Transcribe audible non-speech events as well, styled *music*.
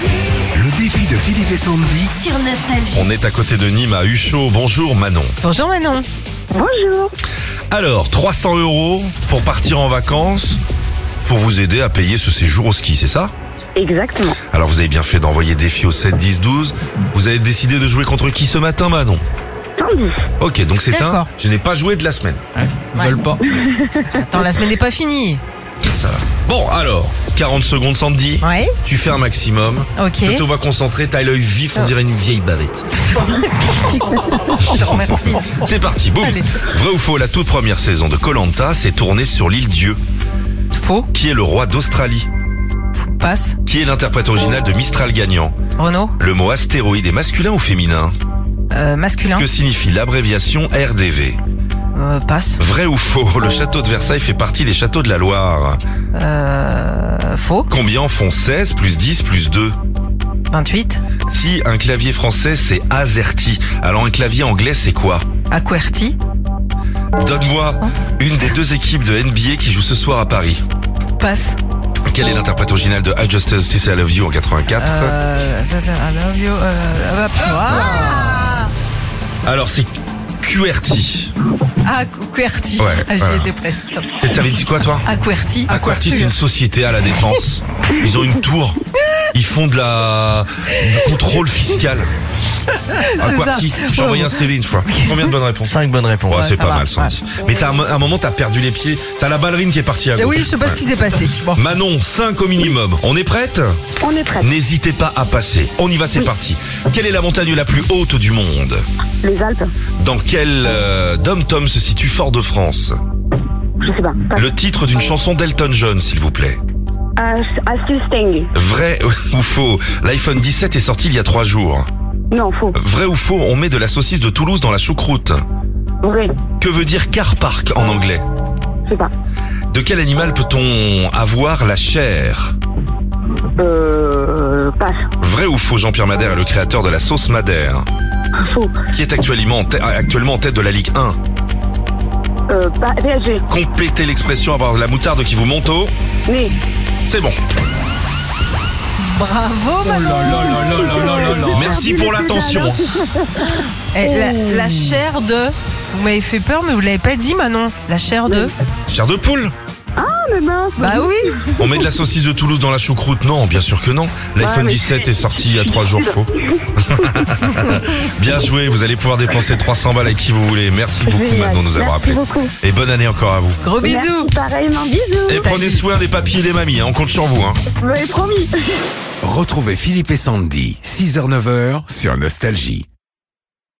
Le défi de Philippe et Sandy. sur Nostalgie. On est à côté de Nîmes à Huchot. Bonjour Manon. Bonjour Manon. Bonjour. Alors, 300 euros pour partir en vacances, pour vous aider à payer ce séjour au ski, c'est ça Exactement. Alors vous avez bien fait d'envoyer défi au 7, 10, 12. Vous avez décidé de jouer contre qui ce matin Manon Sandy. Ok, donc c'est un... D'accord. Je n'ai pas joué de la semaine. Ils veulent pas. Attends, la semaine n'est pas finie. Ça va. Bon, alors, 40 secondes Sandy. Ouais, Tu fais un maximum. ok. Je te vois concentré, t'as l'œil vif, Ah. on dirait une vieille bavette. Merci. C'est parti, boum Allez. Vrai ou faux, la toute première saison de Colanta s'est tournée sur l'île Dieu. Faux, Qui est le roi d'Australie passe. Qui est l'interprète original de Mistral gagnant Renault, Le mot astéroïde est masculin ou féminin euh, masculin, Que signifie l'abréviation RDV euh, passe. Vrai ou faux Le château de Versailles fait partie des châteaux de la Loire. Euh, faux, Combien en font 16 plus 10 plus 2 28. Si un clavier français c'est AZERTY, alors un clavier anglais c'est quoi À QWERTY, Donne-moi une des deux équipes de NBA qui joue ce soir à Paris. passe. Quel est l'interprète original de I Just Justice I Love You en 84 Euh, I love you. Euh, hop. Ah, Alors c'est QWERTY. à QWERTY. Ouais, Ah, j'y voilà. étais presque. Et T'avais dit quoi toi À Ah, QWERTY. Aquarty, c'est une société à la défense. Ils ont une tour. Ils font de la du contrôle fiscal. *laughs* Aquarty, ça. j'ai envoyé un CV une fois. Combien de bonnes réponses 5 bonnes réponses. Ouais, c'est ça pas va. mal, Sandy. Mais t'as un, mo- un moment, t'as perdu les pieds. T'as la ballerine qui est partie à Eh gauche. Oui, je sais pas ce qui s'est passé. Bon. Manon, 5 au minimum. On est prête On est prêts. N'hésitez pas à passer. On y va, c'est parti. Quelle est la montagne la plus haute du monde Les Alpes. Dans quel euh, dom-tom se situe Fort-de-France Je sais pas. pas- Le titre d'une chanson d'Elton John, s'il vous plaît. As- Astu Steng. Vrai ou faux L'iPhone 17 est sorti il y a trois jours. Non, faux. Vrai ou faux On met de la saucisse de Toulouse dans la choucroute. Vrai. Que veut dire car park en anglais Je sais pas. De quel animal peut-on avoir la chair Euh. Passe. Vrai ou faux Jean-Pierre Madère est le créateur de la sauce Madère, Faux. qui est actuellement en, tê- actuellement en tête de la Ligue 1. Euh. Pas. VHG. Complétez l'expression avoir la moutarde qui vous monte au... Mais. Bah, C'est bon. Oh Bravo, Manon. Merci pour l'attention. Eh, la, Oh. la chair de. Vous m'avez fait peur, mais vous l'avez pas dit, Manon. La chair de. Chair de poule mais mince. Bah oui. On met de la saucisse de Toulouse dans la choucroute Non, bien sûr que non. L'iPhone Ouais, mais 17 est sorti il y a trois jours *laughs* faux. bien joué, vous allez pouvoir dépenser 300 balles à qui vous voulez. Merci beaucoup Génial. Manon de nous avoir Merci appelés. beaucoup. Et bonne année encore à vous. Gros bisous. Merci pareillement. Bisous. Et prenez soin des papiers et des mamies, hein, on compte sur vous. Hein. Vous m'avez promis. Retrouvez Philippe et Sandy, 6h-9h sur Nostalgie.